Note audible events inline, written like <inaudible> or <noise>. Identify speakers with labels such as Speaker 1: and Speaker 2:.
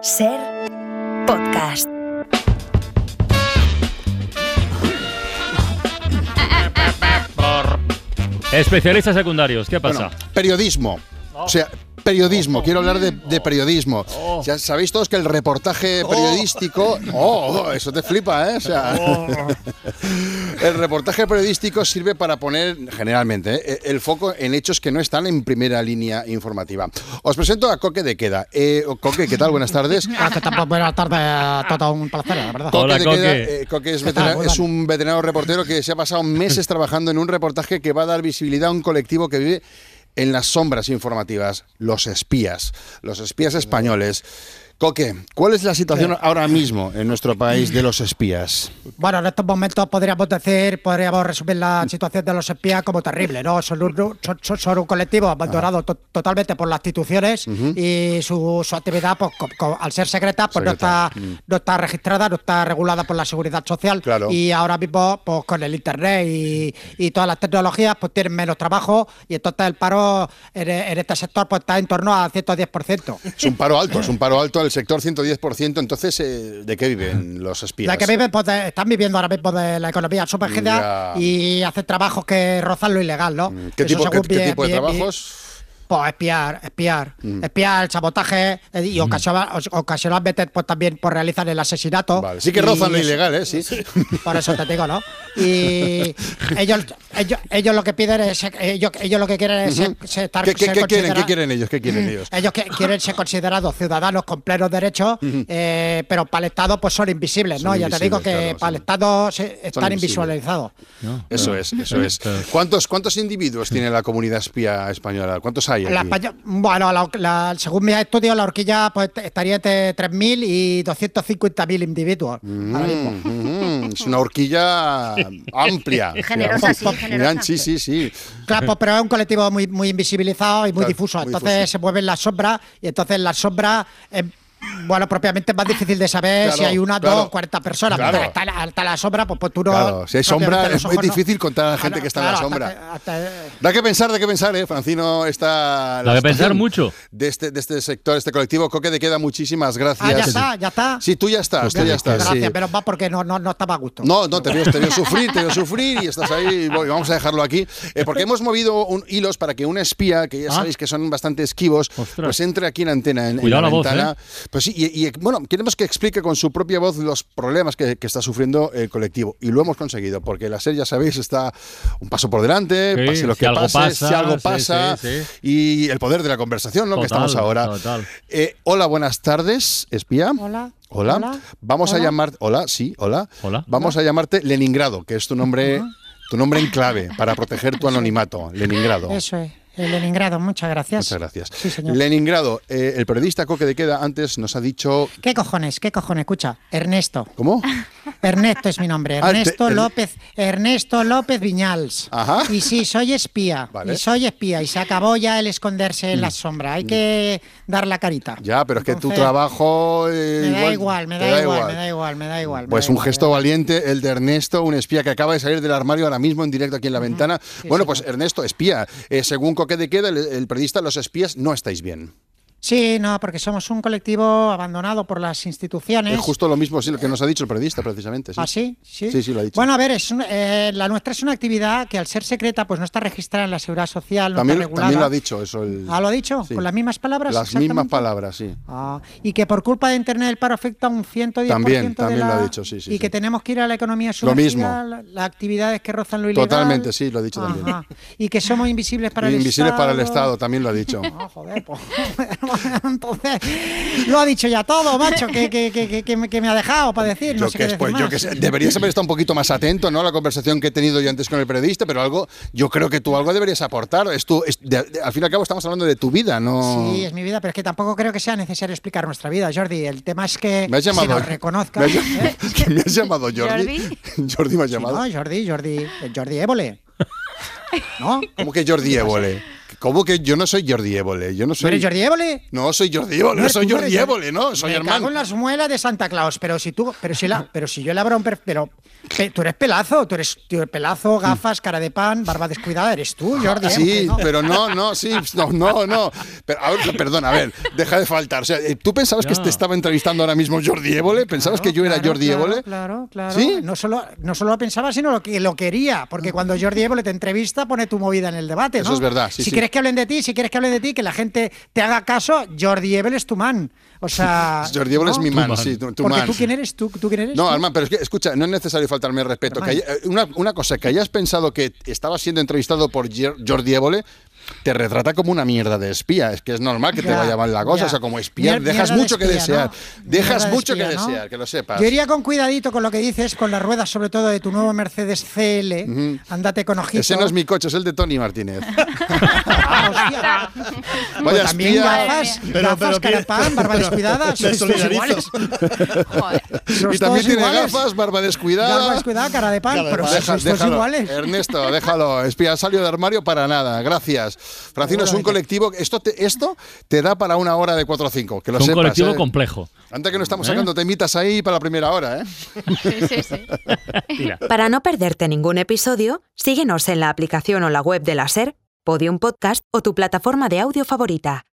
Speaker 1: Ser podcast.
Speaker 2: Especialistas secundarios, ¿qué pasa?
Speaker 3: Bueno, periodismo. O sea, periodismo. Quiero hablar de, de periodismo. O sea, sabéis todos que el reportaje periodístico. Oh, oh, eso te flipa, ¿eh? O sea, <laughs> el reportaje periodístico sirve para poner, generalmente, eh, el foco en hechos que no están en primera línea informativa. Os presento a Coque de Queda. Eh, Coque, ¿qué tal? Buenas tardes.
Speaker 4: Gracias, tampoco. Buenas tardes, todo un placer, la verdad.
Speaker 2: Hola,
Speaker 3: de
Speaker 2: Coque.
Speaker 3: Queda, eh, Coque es,
Speaker 4: ¿Qué tal?
Speaker 3: vetera-
Speaker 4: Muy
Speaker 3: es
Speaker 4: bueno.
Speaker 3: un veterano reportero que se ha pasado meses trabajando en un reportaje que va a dar visibilidad a un colectivo que vive en las sombras informativas, los espías, los espías españoles. Coque, ¿cuál es la situación ahora mismo en nuestro país de los espías?
Speaker 4: Bueno, en estos momentos podríamos decir, podríamos resumir la situación de los espías como terrible, ¿no? Son un, son- son- son un colectivo abandonado to- totalmente por las instituciones y su, su actividad, pues, co- co- al ser secreta, pues no
Speaker 3: Secreta, Mm.
Speaker 4: está, no está registrada, no está regulada por la seguridad social.
Speaker 3: Claro.
Speaker 4: Y ahora mismo, pues con el internet y, y todas las tecnologías, pues tienen menos trabajo y entonces el paro en, en este sector pues está en torno al 110%.
Speaker 3: Es un paro alto, es un paro alto del sector 110%, entonces, eh, ¿de qué viven los espías?
Speaker 4: La que viven, pues, de- están viviendo ahora mismo de la economía sumergida
Speaker 3: Mm, Ya. Mm,
Speaker 4: y hacen trabajos que rozan lo ilegal, ¿no?
Speaker 3: ¿Qué,
Speaker 4: Eso
Speaker 3: tipo, qué-
Speaker 4: según
Speaker 3: qué
Speaker 4: bien-
Speaker 3: tipo de
Speaker 4: bien- bien-
Speaker 3: trabajos? Mm.
Speaker 4: Pues espiar, espiar, espiar, sabotaje eh, y ocasiona- os- ocasionalmente pues también pues, realizan el asesinato.
Speaker 3: Vale, sí que
Speaker 4: Y
Speaker 3: rozan lo
Speaker 4: eso-
Speaker 3: ilegal, ¿eh? Sí.
Speaker 4: <laughs> Por eso te digo, ¿no? Y ellos, ellos, ellos lo que piden es, ellos, ellos lo que quieren es es estar
Speaker 3: ¿Qué, qué- qué quieren,
Speaker 4: ser
Speaker 3: ¿Qué
Speaker 4: considera-
Speaker 3: quieren ellos? ¿Qué
Speaker 4: <clears throat>
Speaker 3: quieren ellos? <laughs>
Speaker 4: ellos que quieren ser considerados ciudadanos con plenos derechos, eh, pero para el Estado pues son invisibles, ¿no?
Speaker 3: Son
Speaker 4: ya te digo
Speaker 3: invisibles, claro,
Speaker 4: que para
Speaker 3: son-
Speaker 4: el Estado se- están
Speaker 3: invisibles.
Speaker 4: invisualizados.
Speaker 3: Eso
Speaker 2: Ah.
Speaker 3: es, eso es. ¿Cuántos, cuántos individuos tiene la comunidad espía española? ¿Cuántos hay?
Speaker 4: La
Speaker 3: aquí?
Speaker 4: España- bueno, la- la- según mis estudios, la horquilla pues, estaría entre 3.000 y 250.000 individuos. ahora mismo.
Speaker 3: Mm, es una horquilla
Speaker 4: <laughs>
Speaker 3: amplia.
Speaker 5: Generosa, sí,
Speaker 3: Muy
Speaker 5: generosa.
Speaker 3: ancha, Sí, sí, sí.
Speaker 4: Claro, pues, pero es un colectivo muy, muy invisibilizado y muy
Speaker 3: Claro,
Speaker 4: difuso.
Speaker 3: muy
Speaker 4: Entonces
Speaker 3: difuso.
Speaker 4: se mueven las sombras y entonces las sombras, eh, bueno, propiamente es más difícil de saber
Speaker 3: Claro,
Speaker 4: si hay una,
Speaker 3: claro.
Speaker 4: dos, cuarenta personas.
Speaker 3: Claro.
Speaker 4: Pero Está, la- está la sombra, pues, pues tú no.
Speaker 3: Claro, si hay sombra,
Speaker 4: propiamente
Speaker 3: es
Speaker 4: los
Speaker 3: muy
Speaker 4: ojos no-
Speaker 3: difícil contar a la
Speaker 4: Ah,
Speaker 3: gente
Speaker 4: no,
Speaker 3: que está en la
Speaker 4: claro,
Speaker 3: sombra.
Speaker 4: hasta- hasta-
Speaker 3: Da que pensar, da que pensar, ¿eh? Francino está...
Speaker 2: Da que pensar
Speaker 3: situación
Speaker 2: mucho.
Speaker 3: De este, de este sector, este colectivo. Coque de queda, muchísimas gracias.
Speaker 4: Ah, ya está, ya está.
Speaker 3: Sí, tú ya estás,
Speaker 2: Pues
Speaker 3: tú ya estás.
Speaker 4: Gracias,
Speaker 3: sí.
Speaker 4: menos mal porque no, no, no estaba a gusto.
Speaker 3: No, no, te veo, te veo sufrir, te veo sufrir y estás ahí. y voy, vamos a dejarlo aquí. Eh, porque hemos movido un- hilos para que un espía, que ya
Speaker 2: Ah.
Speaker 3: sabéis que son bastante esquivos,
Speaker 2: Ostras.
Speaker 3: pues entre aquí en antena, en, en
Speaker 2: Cuidado
Speaker 3: la,
Speaker 2: la voz, eh.
Speaker 3: ventana. Pues sí, y, y, bueno, queremos que explique con su propia voz los problemas que, que está sufriendo el colectivo. Y lo hemos conseguido, porque la serie, ya sabéis, está un paso por delante,
Speaker 2: Sí,
Speaker 3: pase lo
Speaker 2: si
Speaker 3: que
Speaker 2: algo
Speaker 3: pase,
Speaker 2: pasa,
Speaker 3: si algo
Speaker 2: sí,
Speaker 3: pasa.
Speaker 2: sí, sí.
Speaker 3: Y el poder de la conversación, ¿no? que
Speaker 2: Total,
Speaker 3: estamos ahora.
Speaker 2: total.
Speaker 3: Eh, hola, buenas tardes, espía.
Speaker 4: Hola.
Speaker 3: Hola.
Speaker 4: Hola.
Speaker 3: Vamos a
Speaker 4: Hola.
Speaker 3: llamar. Hola, sí, hola.
Speaker 2: Hola.
Speaker 3: Vamos a llamarte Leningrado, que es tu nombre,
Speaker 4: Ah.
Speaker 3: tu nombre en clave para proteger tu anonimato. Leningrado.
Speaker 4: Eso es. El Leningrado, muchas gracias.
Speaker 3: Muchas gracias.
Speaker 4: Sí, señor.
Speaker 3: Leningrado, eh, el periodista Coque de Queda antes nos ha dicho.
Speaker 4: ¿Qué cojones? ¿Qué cojones? Escucha, Ernesto. <laughs>
Speaker 3: ¿Cómo?
Speaker 4: Ernesto es mi nombre.
Speaker 3: Ah, te-
Speaker 4: Ernesto
Speaker 3: el-
Speaker 4: López. Ernesto López Viñals.
Speaker 3: Ajá.
Speaker 4: Y sí, soy espía.
Speaker 3: Vale. Mm.
Speaker 4: Y soy espía. Y se acabó ya el esconderse en la sombra. Hay que dar la carita.
Speaker 3: Ya, pero es que tu
Speaker 4: Entonces,
Speaker 3: trabajo. eh,
Speaker 4: Me da igual, me
Speaker 3: te
Speaker 4: da igual, me da igual, me da igual. me
Speaker 3: Pues
Speaker 4: da
Speaker 3: un
Speaker 4: igual,
Speaker 3: gesto valiente, el de Ernesto, un espía que acaba de salir del armario ahora mismo en directo aquí en la ventana. Bueno, pues Ernesto, espía. Eh, según Coque de Queda, el, el periodista, los espías no estáis bien.
Speaker 4: Sí, no, porque somos un colectivo abandonado por las instituciones.
Speaker 3: Es justo lo mismo sí, lo que nos ha dicho el periodista, precisamente. sí.
Speaker 4: ¿Ah, sí? sí?
Speaker 3: Sí, sí, lo ha dicho.
Speaker 4: Bueno, a ver, es un- eh, la nuestra es una actividad que al ser secreta, pues no está registrada en la seguridad social, no
Speaker 3: También,
Speaker 4: está regulada.
Speaker 3: también lo ha dicho eso. El,
Speaker 4: Ah, ¿lo ha dicho?
Speaker 3: Sí.
Speaker 4: ¿Con las mismas palabras?
Speaker 3: Las mismas
Speaker 4: exactamente?
Speaker 3: palabras, sí.
Speaker 4: Ah, y que por culpa de Internet el paro afecta a un 110%
Speaker 3: También,
Speaker 4: de
Speaker 3: también lo ha
Speaker 4: la-
Speaker 3: dicho, sí, sí,
Speaker 4: Y
Speaker 3: sí.
Speaker 4: que tenemos que ir a la economía sumergida, la- las actividades que rozan lo ilegal.
Speaker 3: Totalmente, sí, lo ha dicho también.
Speaker 4: Ajá. Y que somos invisibles para el
Speaker 3: Invisibles
Speaker 4: Estado.
Speaker 3: para el Estado, también lo ha
Speaker 4: <laughs>
Speaker 3: dicho.
Speaker 4: Ah, joder, pues. Entonces, lo ha dicho ya todo, macho, que, que, que, que- que me, que me ha dejado para decir. no
Speaker 3: Yo
Speaker 4: sé
Speaker 3: que,
Speaker 4: qué
Speaker 3: pues,
Speaker 4: decir
Speaker 3: yo
Speaker 4: más.
Speaker 3: que sé, deberías haber estado un poquito más atento ¿no? a la conversación que he tenido yo antes con el periodista, pero algo, yo creo que tú algo deberías aportar. Es tu- es- de- de- al fin y al cabo estamos hablando de tu vida, ¿no?
Speaker 4: Sí, es mi vida, pero es que tampoco creo que sea necesario explicar nuestra vida, Jordi. El tema es que
Speaker 3: me has llamado.
Speaker 4: se nos
Speaker 3: <laughs>
Speaker 4: reconozca.
Speaker 3: Me has, llam-
Speaker 4: ¿eh?
Speaker 3: que me has
Speaker 4: <laughs>
Speaker 3: llamado Jordi. Jordi <laughs> me has
Speaker 4: Si
Speaker 3: llamado.
Speaker 4: <laughs> no, Jordi, Jordi, Jordi Évole. ¿No?
Speaker 3: ¿Cómo que Jordi Évole? ¿Cómo que yo no soy Jordi Évole? Yo no
Speaker 4: ¿No
Speaker 3: soy.
Speaker 4: eres Jordi Évole?
Speaker 3: No, soy Jordi Évole,
Speaker 4: eres
Speaker 3: soy
Speaker 4: tú,
Speaker 3: Jordi
Speaker 4: eres-
Speaker 3: Évole, ¿no? Soy
Speaker 4: Me cago
Speaker 3: hermano.
Speaker 4: en las muelas de Santa Claus, pero si tú, pero si la, pero si yo le abro un per- pero pe- tú eres pelazo, tú eres, tú eres pelazo, gafas, cara de pan, barba descuidada, eres tú, Jordi.
Speaker 3: Mm. Ah,
Speaker 4: ¿eh?
Speaker 3: Sí,
Speaker 4: ¿No?
Speaker 3: pero no, no, sí, pues, no, no, no. Pero, a ver, perdón, a ver, deja de faltar. O sea, eh, ¿tú pensabas que
Speaker 2: No.
Speaker 3: te estaba entrevistando ahora mismo Jordi Évole? ¿Pensabas
Speaker 4: Claro,
Speaker 3: que yo era
Speaker 4: claro,
Speaker 3: Jordi
Speaker 4: claro,
Speaker 3: Évole?
Speaker 4: Claro, claro.
Speaker 3: ¿Sí? Ah.
Speaker 4: No, solo, no solo lo pensaba, sino lo que lo quería. Porque cuando Jordi Évole te entrevista, pone tu movida en el debate. ¿no?
Speaker 3: Eso es verdad, sí,
Speaker 4: si
Speaker 3: sí.
Speaker 4: quieres que hablen de ti, si quieres que hablen de ti, que la gente te haga caso, Jordi Évole es tu man. O sea.
Speaker 3: <laughs> Pues Jordi Évole
Speaker 4: ¿no?
Speaker 3: es mi
Speaker 2: Tu
Speaker 3: man,
Speaker 2: man.
Speaker 3: sí, tu, tu
Speaker 4: Porque
Speaker 3: man.
Speaker 4: tú quién eres, tú, tú quién eres.
Speaker 3: No,
Speaker 4: ¿Tú?
Speaker 3: Armand, pero es que, escucha, no es necesario faltarme el respeto. Que
Speaker 4: Armand.
Speaker 3: haya- eh, una, una cosa, que hayas pensado que estabas siendo entrevistado por Ger- Jordi Évole, te retrata como una mierda de espía. Es que es normal que te
Speaker 4: Ya,
Speaker 3: vaya mal la cosa.
Speaker 4: ya.
Speaker 3: O sea, como espía,
Speaker 4: Mier-
Speaker 3: dejas
Speaker 4: mierda de
Speaker 3: mucho que
Speaker 4: espía,
Speaker 3: desear.
Speaker 4: ¿no?
Speaker 3: Dejas
Speaker 4: Mierda de
Speaker 3: mucho que
Speaker 4: espía, ¿no?
Speaker 3: desear, que lo sepas.
Speaker 4: Yo iría con cuidadito con lo que dices, con las ruedas, sobre todo de tu nuevo Mercedes CL. Ándate con ojito.
Speaker 3: Ese no es mi coche, es el de Tony
Speaker 4: <laughs>
Speaker 3: Martínez.
Speaker 4: Ah, hostia. Pues
Speaker 3: Vaya
Speaker 4: también
Speaker 3: espía.
Speaker 4: gafas,
Speaker 5: Pero-
Speaker 4: gafas,
Speaker 5: pero que-
Speaker 4: carapán, barba
Speaker 5: pero-
Speaker 4: descuidada.
Speaker 5: me
Speaker 4: sois todos
Speaker 5: solidarizo.
Speaker 4: iguales.
Speaker 6: Joder.
Speaker 3: Y también
Speaker 4: Sois todos
Speaker 3: tiene
Speaker 4: iguales.
Speaker 3: gafas, barba descuidada.
Speaker 4: Barba descuidada, cara de pan,
Speaker 5: Cara de
Speaker 4: pero
Speaker 5: pan.
Speaker 4: sois
Speaker 3: Deja-
Speaker 4: todos
Speaker 3: déjalo.
Speaker 4: iguales.
Speaker 3: Ernesto, déjalo. Espía, salió de armario para nada. Gracias. Francino, es un
Speaker 4: Seguramente.
Speaker 3: colectivo. Esto te, esto te da para una hora de 4 o 5. Que lo
Speaker 2: Es un
Speaker 3: sepas,
Speaker 2: colectivo
Speaker 3: ¿eh?
Speaker 2: complejo.
Speaker 3: Antes que no estamos
Speaker 2: ¿Eh?
Speaker 3: sacando temitas ahí para la primera hora, ¿eh?
Speaker 6: Sí, sí, sí.
Speaker 2: Tira.
Speaker 1: Para no perderte ningún episodio, síguenos en la aplicación o la web de la SER, Podium Podcast o tu plataforma de audio favorita.